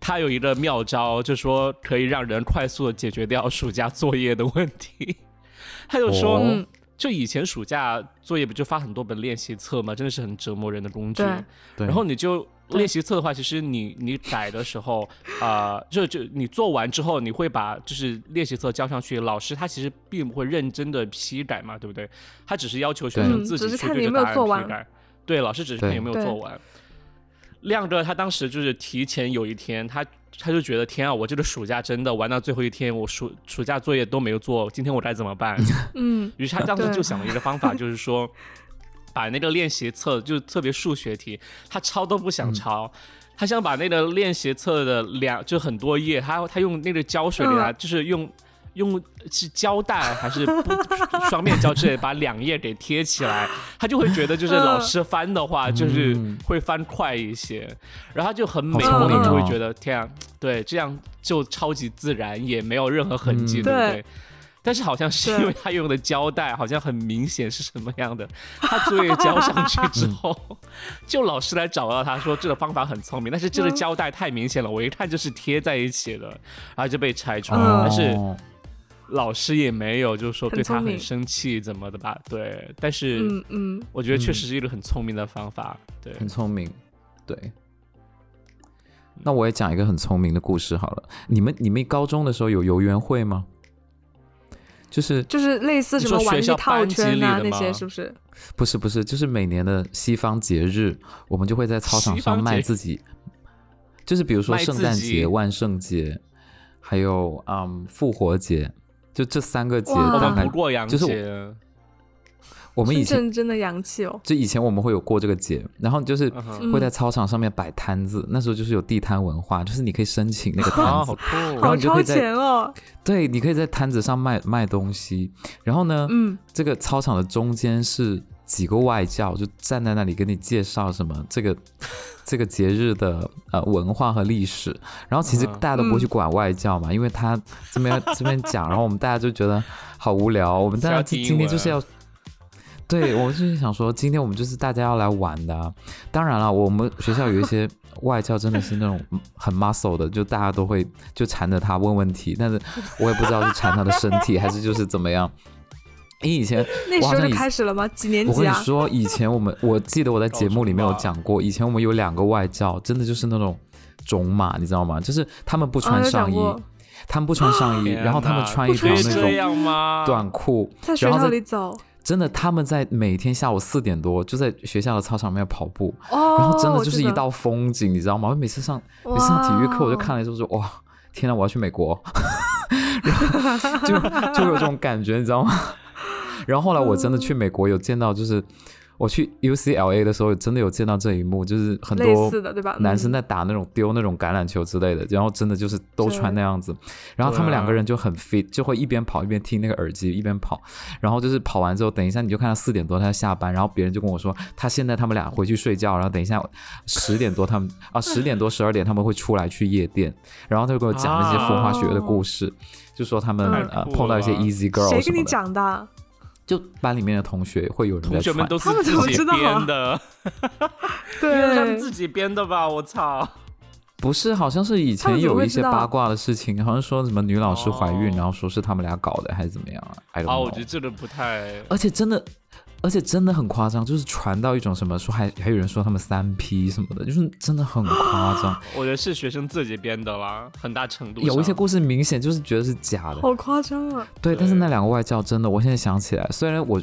他有一个妙招，就说可以让人快速的解决掉暑假作业的问题。 *laughs* 他就说，
哦
嗯，
就以前暑假作业不就发很多本练习册嘛，真的是很折磨人的工具。
对。
对，
然后你就
对
练习册的话，其实你你改的时候， *laughs* 啊，就就你做完之后，你会把就是练习册交上去，老师他其实并不会认真的批改嘛，对不对？他只是要求学
对
生
嗯
自己
只是
去
看
对着
你有没有
答案
做完
批改，对，老师只是看有没有
对
做完。亮哥他当时就是提前有一天，他他就觉得天啊，我这个暑假真的玩到最后一天，我暑暑假作业都没有做，今天我该怎么办？
嗯，
于是他当时
对
就想了一个方法，就是说，把那个练习册，就是特别数学题，他抄都不想
嗯
抄，他
嗯
想把那个练习册的两就很多页，他他用那个胶水给他，就是用用是胶带还是不双面胶之类的把两页给贴起来，他就会觉得就是老
嗯
师翻的话就是会翻快一些，然后他就很美
好聪
观，
明
你就会
哦
觉得天啊，对，这样就超级自然，也没有任何痕迹，
嗯
对不
对
对？但是好像是
对
因为他用的胶带好像很明显是什么样的，他作业交上去之
*laughs*
后，就老师来找到他说这个方法很聪明，但是这个
嗯
胶带太明显了，我一看就是贴在一起了，然后就被拆
嗯
穿了。
哦
但是老师也没有就是说
很
对他
聪
很
明
生气怎么的吧？对，但是
嗯嗯，
我觉得确
嗯
实是一个很聪明的方法。对，
很聪明，对。那我也讲一个很聪明的故事好了。你们你们高中的时候有游园会吗？就是
就是类似什么
你说
玩
学
具
校
套圈
班
啊
级里的
那
吗
些，是不是？
不是不是，就是每年的西方节日，我们就会在操场
西
上
方
卖
节
自己，就是比如说
卖
圣
自
诞
己
节、万圣节，还有嗯复活节，就这三个节
哇
我
大
们
概
不过洋
就是我
节，
我们以
深
前
圳真的洋气哦，
就以前我们会有过这个节，然后就是
嗯哼
会在操场上面摆摊子，那时候就是有地摊文化，就是你可以申请那个
啊，
摊
好
子，
酷
然后
哦！
好
你就可
超
以在
前哦。
对，你可以在摊子上卖卖东西，然后呢，
嗯，
这个操场的中间是几个外教，就站在那里跟你介绍什么这个 *laughs* 这个节日的呃文化和历史。然后其实
嗯
大家都不会去管外教嘛，因为他
*laughs*
这边这边讲，然后我们大家就觉得好无聊。我们大
是要
家
听
今
英
今天就是
文
要。
*laughs*
对，我就是想说，今天我们就是大家要来玩的啊、当然了，我们学校有一些 *laughs* 外教真的是那种很 muscle 的，就大家都会就缠着他问问题，但是我也不知道是缠他的身体还是就是怎么样。 *laughs* 你
*laughs*
以前
那
我好
时候
像
就
以
开始了吗？几年
我
级
跟你
啊？
说，以前我们我记得我在节目里面有讲过，以前我们有两个外教，真的就是那种种马，你知道吗？就是他们不
啊，
穿
有
上
哦
讲
衣，
过，
他们不穿上衣，
天
然后他们
哪
穿一
不
条
可
穿
以
那
上
这
种
样吗？
短裤，
在学
然后
校
在
里走。
真的他们在每天下午四点多就在学校的操场里面跑步，
哦，
然后真的就是一
我知
道风景，你知道吗？我每次上
道，
每次上体育课我就
哇
看，了之后说哇，天呐，我要去美国， *laughs* 然后就就有这种感觉，你知道吗？ *laughs* 然后后来我真的去美国有见到，就是我去 UCLA 的时候，真的有见到这一幕，就是很
类
多
似的对吧？
男生
嗯
在打那种丢那种橄榄球之类的，然后真的就是都
对啊
穿那样子，然后他们两个人就很 fit，就会一边跑一边听那个耳机一边跑，然后就是跑完之后，等一下你就看到四点多他下班，然后别人就跟我说他现在他们俩回去睡觉，然后等一下呃十点多他们
*laughs*
啊十点多十二点他们会出来去夜店，然后他就给我讲那些风花雪月的故事，就说他们
啊太
呃
酷
碰到一些
了
easy girl
谁
什
跟
么
你
的，
讲的？
就班里面的同学会有人在
同学们
传，
都是
他们
自
怎么
己
知道啊
编的，他们
对，
自己编的吧？我操！
不是，好像是以
他
前
们怎么
有
会
一些
知道
八卦的事情，好像说什么女老师怀孕，
哦
然后说是他们俩搞的，还是怎么样啊？I don't
啊，我觉得
know。
这个不太
而且真的，而且真的很夸张，就是传到一种什么说还还有人说他们三 P 什么的，就是真的很夸张。
我觉得是学生自己编的啦，很大程度
有一些
上
故事明显就是觉得是假的，
好夸张啊！
对。但是
对
那两个外教真的，我现在想起来，虽然我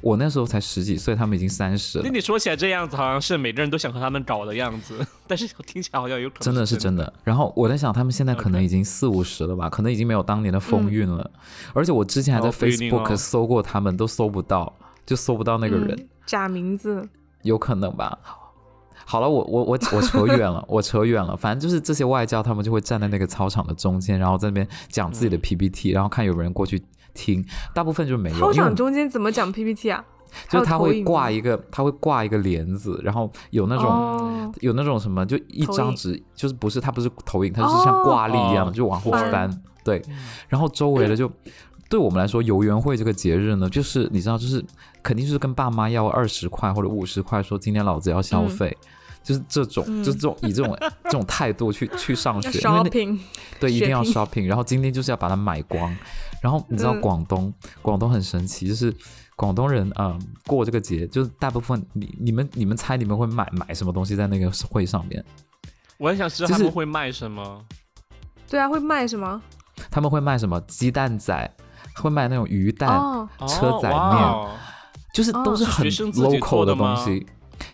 我那时候才十几岁，他们已经三十了
那，你说起来这样子，好像是每个人都想和他们搞的样
*laughs*
子，但是听起来好像有可能
真的是真的。然后我在想，他们现在可能
OK
已经四五十了吧，可能已经没有当年的风
嗯
韵了。而且我之前还在
哦不一定哦
Facebook 搜过他们，都搜不到，就搜不到那个人，
嗯假名字，
有可能吧。好了，我我我我扯
*laughs*
远了，我扯远了。反正就是这些外教，他们就会站在那个操场的中间，然后在那边讲自己
嗯
的 PPT，、然后看有没有人过去听。大部分就没有，因为
操
我
场
们
中间怎么讲 PPT 啊？还
哎 *laughs* 就
有
是他
投
会
影
挂
吗
一个，他会挂一个帘子，然后有那种、
哦
有那种什么，就一
投
张
影
纸，就是不是它不是投影，它就是像
哦
挂历一样，
哦
就往后
翻
翻。对，然后周围的就。对我们来说，游园会这个节日呢，就是你知道，就是肯定就是跟爸妈要二十块或者五十块，说今天老子要消
嗯
费，就是这种，
嗯
就是这种以这种这种态度去去上
*laughs* 要
学，因为那
shopping，
对，一定要
shopping
shopping，然后今天就是要把它买光。然后你知道
嗯
广东，广东很神奇，就是广东人啊、呃过这个节，就是大部分你你们你们猜你们会买买什么东西在那个会上面？
我很想知道
就
他
是
们会卖什么。
对啊，会卖什么？
他们会卖什么鸡蛋仔，会卖那种鱼蛋，
哦，
车载面
哦
就是都是
哦
很
是学生自己
local
做的
东
吗
西。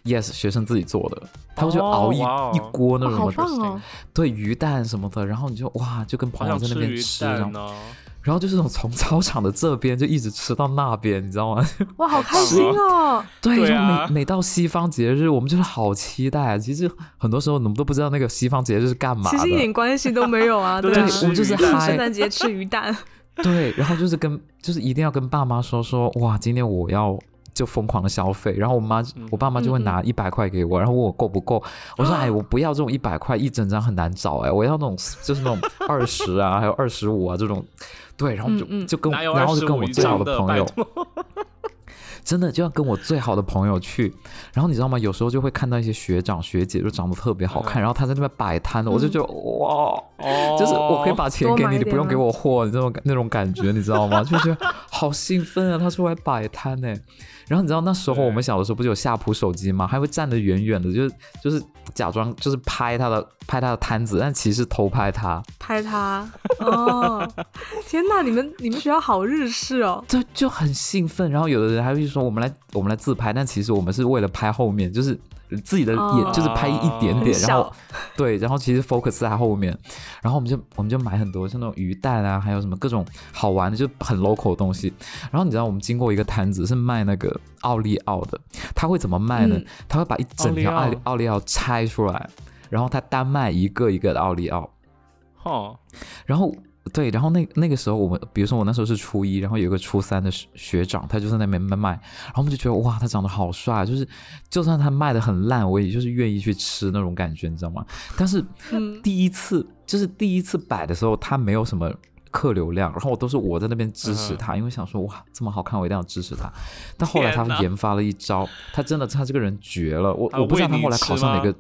yes，学生自己做的，他们就
哦
熬一、
哇哦
一锅那
哇
种什
好
么、
棒哦！
对鱼蛋什么的，然后你就哇，就跟
好
朋友
想
在那
吃
边
鱼
吃，然
蛋
后
哦，
然后就是那种从操场的这边就一直吃到那边，你知道吗？
哇，好开心哦！
对，
对
就
啊
每每到西方节日，我们就是好期待啊。其实很多时候我们都不知道那个西方节日是干嘛
其
的 *laughs*
实一。点关系都没有啊，
都
对
在
啊，
吃
我们就是
鱼蛋
嗨
圣诞节吃鱼蛋，
对，然后就是跟就是一定要跟爸妈说说，哇，今天我要就疯狂的消费，然后我妈
嗯
我爸妈就会拿一百块给哎我，然后问我够不够，我说哎，我不要这种一百块一整张很难找哎，我要那种就是那种二十啊，还有二十五啊这种，对，然后就
嗯嗯
就跟
哪有
然后就
25
跟我
一
最好
张的
朋
拜
友，
托
真的就要跟我最好的朋友去，然后你知道吗？有时候就会看到一些学长学姐就长得特别好
嗯
看，然后他在那边摆摊的，我就觉得哇，
哦，
*laughs* 就是我可以把钱
多
给
买
你，
一
你不
点啊
用给
吗
我货，你这种那种感觉，你知道吗？ *laughs* 就觉得好兴奋啊！他出来摆摊呢，然后你知道那时候我们
对
小的时候不是有夏普手机吗？还会站得远远的，就是就是假装就是拍他的拍他的摊子，但其实偷拍他。
拍
*laughs*
他。哦，天哪，你们你们学校好日式哦。
这就很兴奋。然后有的人还会说我们来我们来自拍，但其实我们是为了拍后面，就是自己的眼、
哦
就是拍一点
很
点，然
小
后对，然后其实 focus 在后面，然后我们就我们就买很多像那种鱼蛋啊，还有什么各种好玩的，就很 local 的东西。然后你知道我们经过一个摊子是卖那个奥利奥的，他会怎么卖呢？
嗯
他会把一整条
奥
奥
利
利
奥
奥利奥拆出来，然后他单卖一个一个的奥利奥。
哦，
然后对，然后那那个时候我们，比如说我那时候是初一，然后有一个初三的学学长，他就在那边卖，然后我们就觉得哇，他长得好帅，啊就是就算他卖的很烂，我也就是愿意去吃那种感觉，你知道吗？但是
嗯
第一次、就是第一次摆的时候，他没有什么。客流量，然后我都是我在那边支持
嗯
他，因为想说哇这么好看，我一定要支持他。但后来他
天哪
研发了一招，他真的他这个人绝了，我
他
我不知道
喂
他
你
后来
吃
考上哪
吗
个，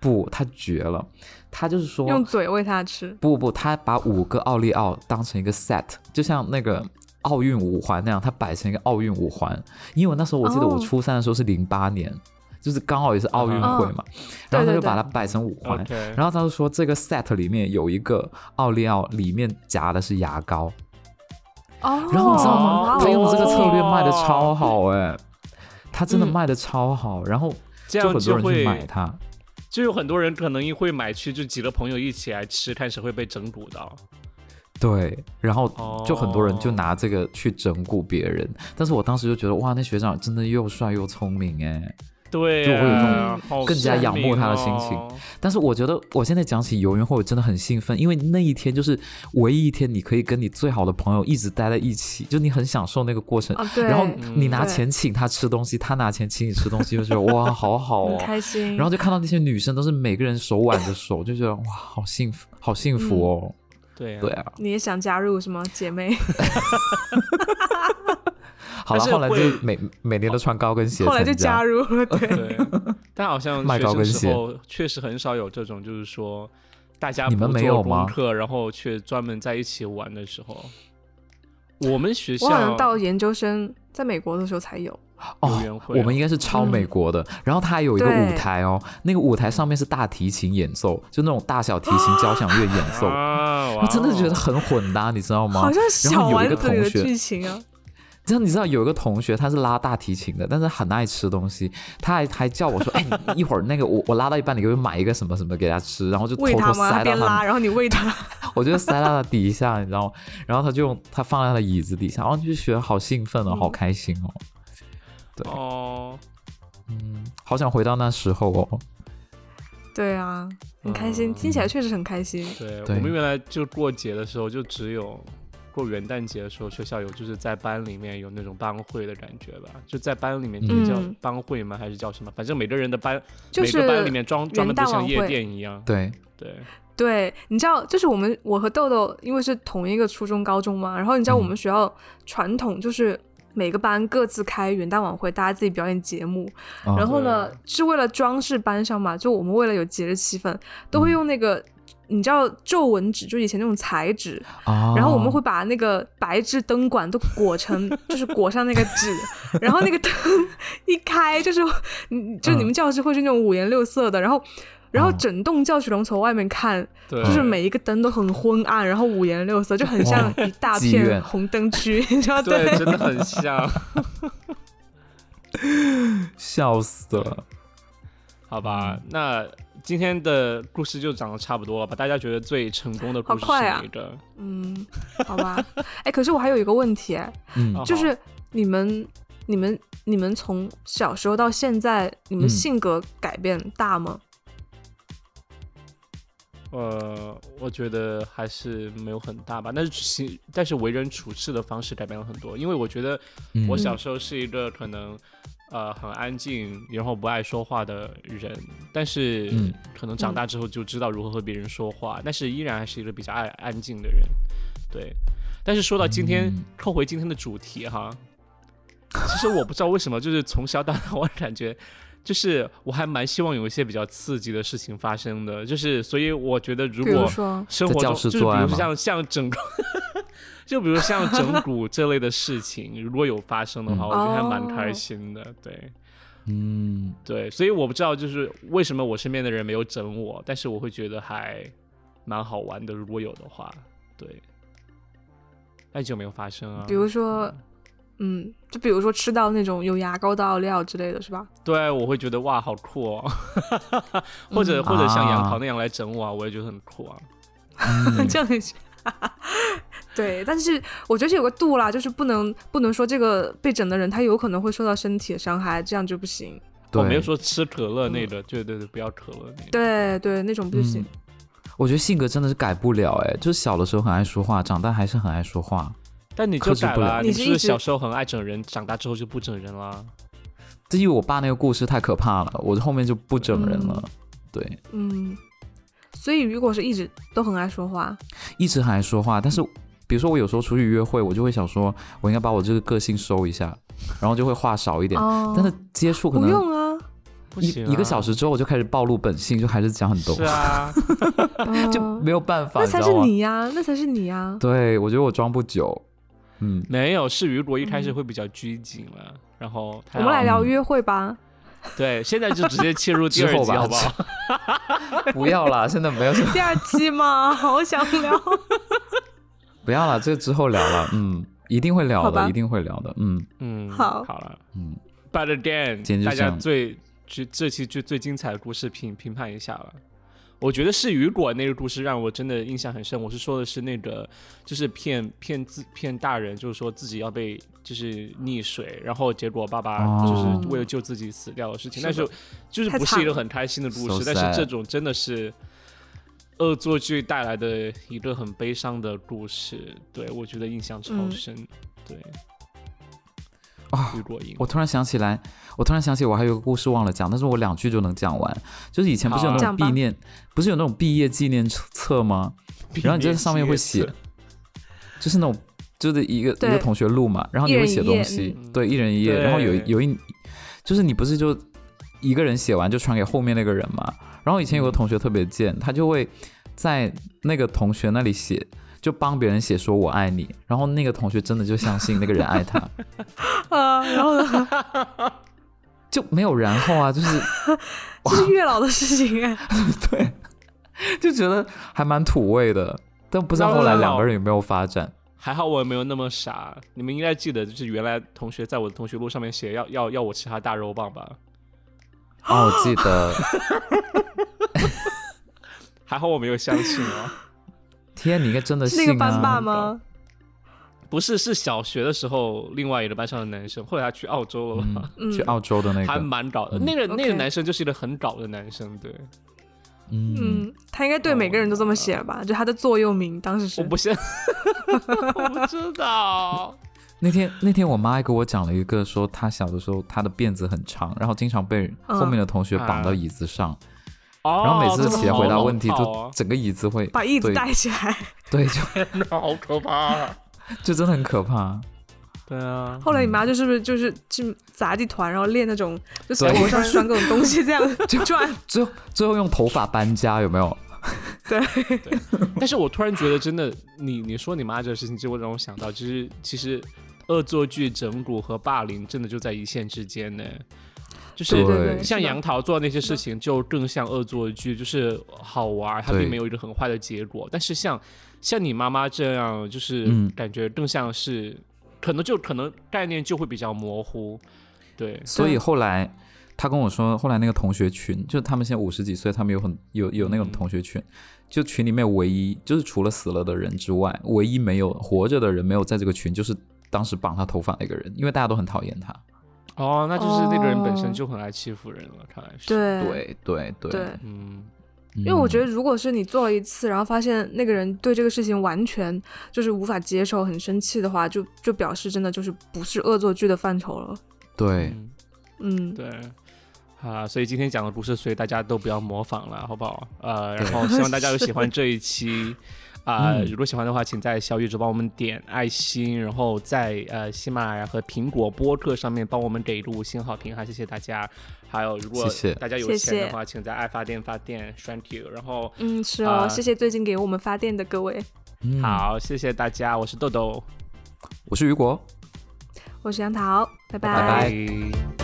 不他绝了，他就是说
用嘴喂他吃。
不不，他把五个奥利奥当成一个 set，就像那个奥运五环那样，他摆成一个奥运五环。因为那时候我记得我
哦
初三的时候是零八年，就是刚好也是奥运会嘛，然后他
对对
就
对
把它摆成五环。
OK
然后他就说这个 set 里面有一个奥利奥，里面夹的是牙膏。
哦，
然后你知道
哇
吗？
哦
他用的这个策略卖的
哦
超好哎、他真的
嗯
卖的超好，然后
这
就
样
很多
就
人去
会
买它。
就有很多人可能会买去，就几个朋友一起来吃，看谁会被整蛊到。
对，然后
哦
就很多人就拿这个去整蛊别人，但是我当时就觉得哇，那学长真的又帅又聪明哎。
哦对、
就会有
啊，好
更加
神
仰慕
秘
他的心情
哦
但是我觉得我现在讲起游园会，我真的很兴奋，因为那一天就是唯一一天你可以跟你最好的朋友一直待在一起，就你很享受那个过程。
啊，对，
然后
嗯
你拿
对
钱请他吃东西，他拿钱请你吃东西，
*laughs*
就觉得哇，好好
很
哦。
开心。
然后就看到那些女生都是每个人手挽着手，就觉得哇，好幸福，好幸
嗯
福哦。
对啊
对啊，
你也想加入什么姐妹？
好
但
了，
是
后来就
会
每每年都穿高跟鞋参加，哦
后来就加入了，对，
对，但好像
卖
学
高
生
跟
时
鞋
候确实很少有这种，就是说大家
你们
不
没
做
有
功
吗
课，然后却专门在一起玩的时候。我们学校
我好像到研究生在美国的时候才有。
游园会啊
哦我们应该是抄美国的。然后它还有一个
嗯对
舞台哦，那个舞台上面是大提琴演奏，就那种大小提琴交响乐演奏。
啊，
我
哇
真的觉得
哦
很混搭，你知道吗？
好像
然
小
后有一
丸
个
子里的
同学，
剧情啊，
这样你知道有一个同学他是拉大提琴的，但是很爱吃东西，他还还叫我说：“ *laughs* 哎，你一会儿那个我我拉到一半，你给我买一个什么什么给他吃。”然后就偷
喂
偷
他
*laughs*
吗？他
塞到
边
他
拉，然后你喂他， *laughs*
我就塞到他底下，你知道吗？然后他就用他放在他的椅子底下，然后就觉得好兴
嗯
奋哦，好开心哦，对
哦，
嗯，好想回到那时候哦。
对啊，很开
嗯
心，听起来确实很开心。
对，
对
我们原来就过节的时候，就只有过元旦节的时候，学校有就是在班里面有那种班会的感觉吧，就在班里面这个叫
嗯
班会吗？还是叫什么？反正每个人的班，
就
每个班里
是
面装专门
元
都
旦晚
像夜
会
店一样。
对，
对，
对，你知道，就是我们我和豆豆因为是同一个初中、高中嘛，然后你知道我
嗯
们学校传统就是每个班各自开元旦晚会，大家自己表演节目，
嗯
然后呢
对
是为了装饰班上嘛，就我们为了有节日气氛，都会用那个。你知道皱纹纸，就以前那种彩纸，
哦
然后我们会把那个白炽灯管都裹成，就是裹上那个纸，然后那个灯一开，就是你就你们教室会是那种五颜六色的，然后然后
嗯
整栋教学楼从外面看，
对，
就是每一个灯都很昏暗，然后五颜六色，就很像一大
妓院
片红灯
*laughs*
区，你知
*laughs*
道
对，
对
真的很
*laughs*
像，
笑死了。
好吧？那今天的故事就讲的差不多了吧？大家觉得最成功的故事
好快啊
是哪个？
嗯，好吧。哎，可是我还有一个问题，哎
嗯
哦，
就是你们、你们、你们从小时候到现在，你们
嗯
性格改变大吗？
呃，我觉得还是没有很大吧，但是其但是为人处事的方式改变了很多，因为我觉得
嗯
嗯
我小时候是一个可能、呃很安静，然后不爱说话的人，但是
嗯
可能长大之后就知道如何和别人说话，但是依然还是一个比较爱安静的人，对。但是说到今天，
嗯
扣回今天的主题哈，其实我不知道为什么，就是从小到大，我感觉就是我还蛮希望有一些比较刺激的事情发生的，就是所以我觉得如
比如
果嗯
说，
生活
在
中
教
就
室
是比
做爱
如
吗
像像整个，就比如像整蛊这类的事情，如果有发生的话，
嗯
我觉得还蛮
哦
开心的，对。
嗯，
对，所以我不知道就是为什么我身边的人没有整我，但是我会觉得还蛮好玩的，如果有的话，对。但就没有发生啊。
比如说，嗯，就比如说吃到那种有牙膏的奥利奥之类的是吧？ *laughs*
对，我会觉得哇，好酷哦，或者、
嗯
或者像杨
啊
桃那样来整我啊，我也觉得很酷啊。
这样也是。对，但是我觉得是有个度啦，就是不能不能说这个被整的人他有可能会受到身体的伤害，这样就不行。
我
对，
哦没有说吃可乐
嗯
那个，对对对，不要可乐那个。
对对，那种不行。
嗯我觉得性格真的是改不了，哎，就是小的时候很爱说话，长大还是很爱说话。
但你就
克制
改
不
了
了
啊，
你
你
是
不
一
是
直
小时候很爱整人，长大之后就不整人啦。
至于我爸那个故事太可怕了，我后面就不整人了。对，
嗯，所以如果是一直都很爱说话，
一直很爱说话，但是比如说我有时候出去约会，我就会想说，我应该把我这个个性收一下，然后就会话少一点。
哦，
但是接触
不
可能
用啊，
不
一、
行、啊，
一个小时之后，我就开始暴露本性，就还是讲很多
是，
*laughs*
啊，
哦
*laughs* 就没有办法，
那
你知
才是
道吗？
你呀、那才是你呀、
对，我觉得我装不久。嗯，
没有是雨果一开始会比较拘谨了，然后他
嗯我们来聊
嗯
约会吧。
对，现在就直接切入第
之
二
后
集
吧，
好不好？
不要啦，现在没有什么，
第二期嘛，好想聊。
不要啦，这个之后聊了。嗯，一定会聊
好吧
的，一定会聊的。嗯
嗯，
好
好了
嗯，
，But again，
今天就
大
这
家
样
最这这期最最精彩的故事评评判一下了。我觉得是雨果那个故事让我真的印象很深。我是说的是那个，就是骗骗自骗大人，就是说自己要被就是溺水，然后结果爸爸
哦
就是为了救自己死掉的事情。
是
但
的
是就是
太
不是
惨
一个
了
很开心的故
So
事，但是
sad
这种真的是恶作剧带来的一个很悲伤的故事。对我觉得印象超
嗯
深。对，
啊
雨果赢。
我突然想起来，我突然想起我还有个故事忘了讲，但是我两句就能讲完。就是以前不是有那
好啊
种毕念，不是有那种毕业纪念册册吗？然
*laughs*
后你在上面会写，就是那种就是一个
对
一个同学录嘛，然后你会写东
一人
西
一页嗯，
对，一人一页，
对
然后有有一就是你不是就一个人写完就传给后面那个人嘛？然后以
嗯
前有个同学特别贱，他就会在那个同学那里写。就帮别人写说我爱你，然后那个同学真的就相信那个人爱他， *laughs*
啊，然后呢，
就没有然后啊，就是
这是月老的事情哎。
*laughs* 对，就觉得还蛮土味的。但不知道后来两个人有没有发展？
还好我没有那么傻。你们应该记得，就是原来同学在我的同学录上面写要要要我吃他大肉棒吧？
哦，我记
*laughs*
得，
还好我没有相信
*laughs*
哦。
天，你应该真的
是
信
那
啊！
个班霸吗？
不是，是小学的时候，另外一个班上的男生，后来他去澳洲了吧？
嗯，去澳洲的那
还
个，
蛮搞的，
嗯
那个那个
OK
男生就是一个很搞的男生，对，
嗯，
嗯，他应该对每个人都这么写了吧？就他的座右铭，当时是
我不信， *laughs* 我不知道，
那天那天我妈还给我讲了一个，说她小的时候她的辫子很长，然后经常被
嗯
后面的同学绑到椅子上，
哎哦，
然后每次
这个
起来
好
回答问题
老套
都
哦
整个椅子会
把椅子
对
带起
*laughs*
来。
对，就
好可怕啊，
*laughs* 就真的很
*laughs*
可怕。
对啊，
后来你妈就是不是就是去杂技团，然后练那种就从
嗯对
头
*laughs*
上拴各种东西这样转？
最后最后用头发搬家有没有？
对，
*laughs* 但是我突然觉得，真的，你你说你妈这个事情，就会让我想到，其实其实恶作剧、整蛊和霸凌真的就在一线之间呢。就是
对对对，
像
是的
杨桃做的那些事情，就更像恶作剧，就是好玩儿，它
对
并没有一个很坏的结果。但是像像你妈妈这样，就是
嗯
感觉更像是，可能就可能概念就会比较模糊。对，
所以
对
后来他跟我说，后来那个同学群，就他们现在五十几岁，他们有很有有那种
嗯
同学群，就群里面唯一就是除了死了的人之外，唯一没有活着的人没有在这个群，就是当时绑他头发那个人，因为大家都很讨厌他。
哦，那就是那个人本身
哦
就很爱欺负人了，看来是。，
*laughs* 对
对对对
对，
嗯，
因为我觉得如果是你做了一次，然后发现那个人对这个事情完全就是无法接受，很生气的话，就就表示真的就是不是恶作剧的范畴了。
对，
嗯，
对，啊，所以今天讲的故事，所以大家都不要模仿了，好不好？呃，然后希望大家有喜
*laughs*
欢这一期。啊、
嗯
如果喜欢的话，请在小宇宙帮我们点爱心，然后在呃喜马拉雅和苹果播客上面帮我们给一个五星好评哈，谢谢大家。还有，如果
谢谢
大家有
谢
钱的
谢
话，请在爱发电发电，thank you。然后，
嗯，是哦，
啊
谢谢最近给我们发电的各位，
嗯，
好，谢谢大家，我是豆豆，
我是雨果。
我是杨桃，
拜拜
拜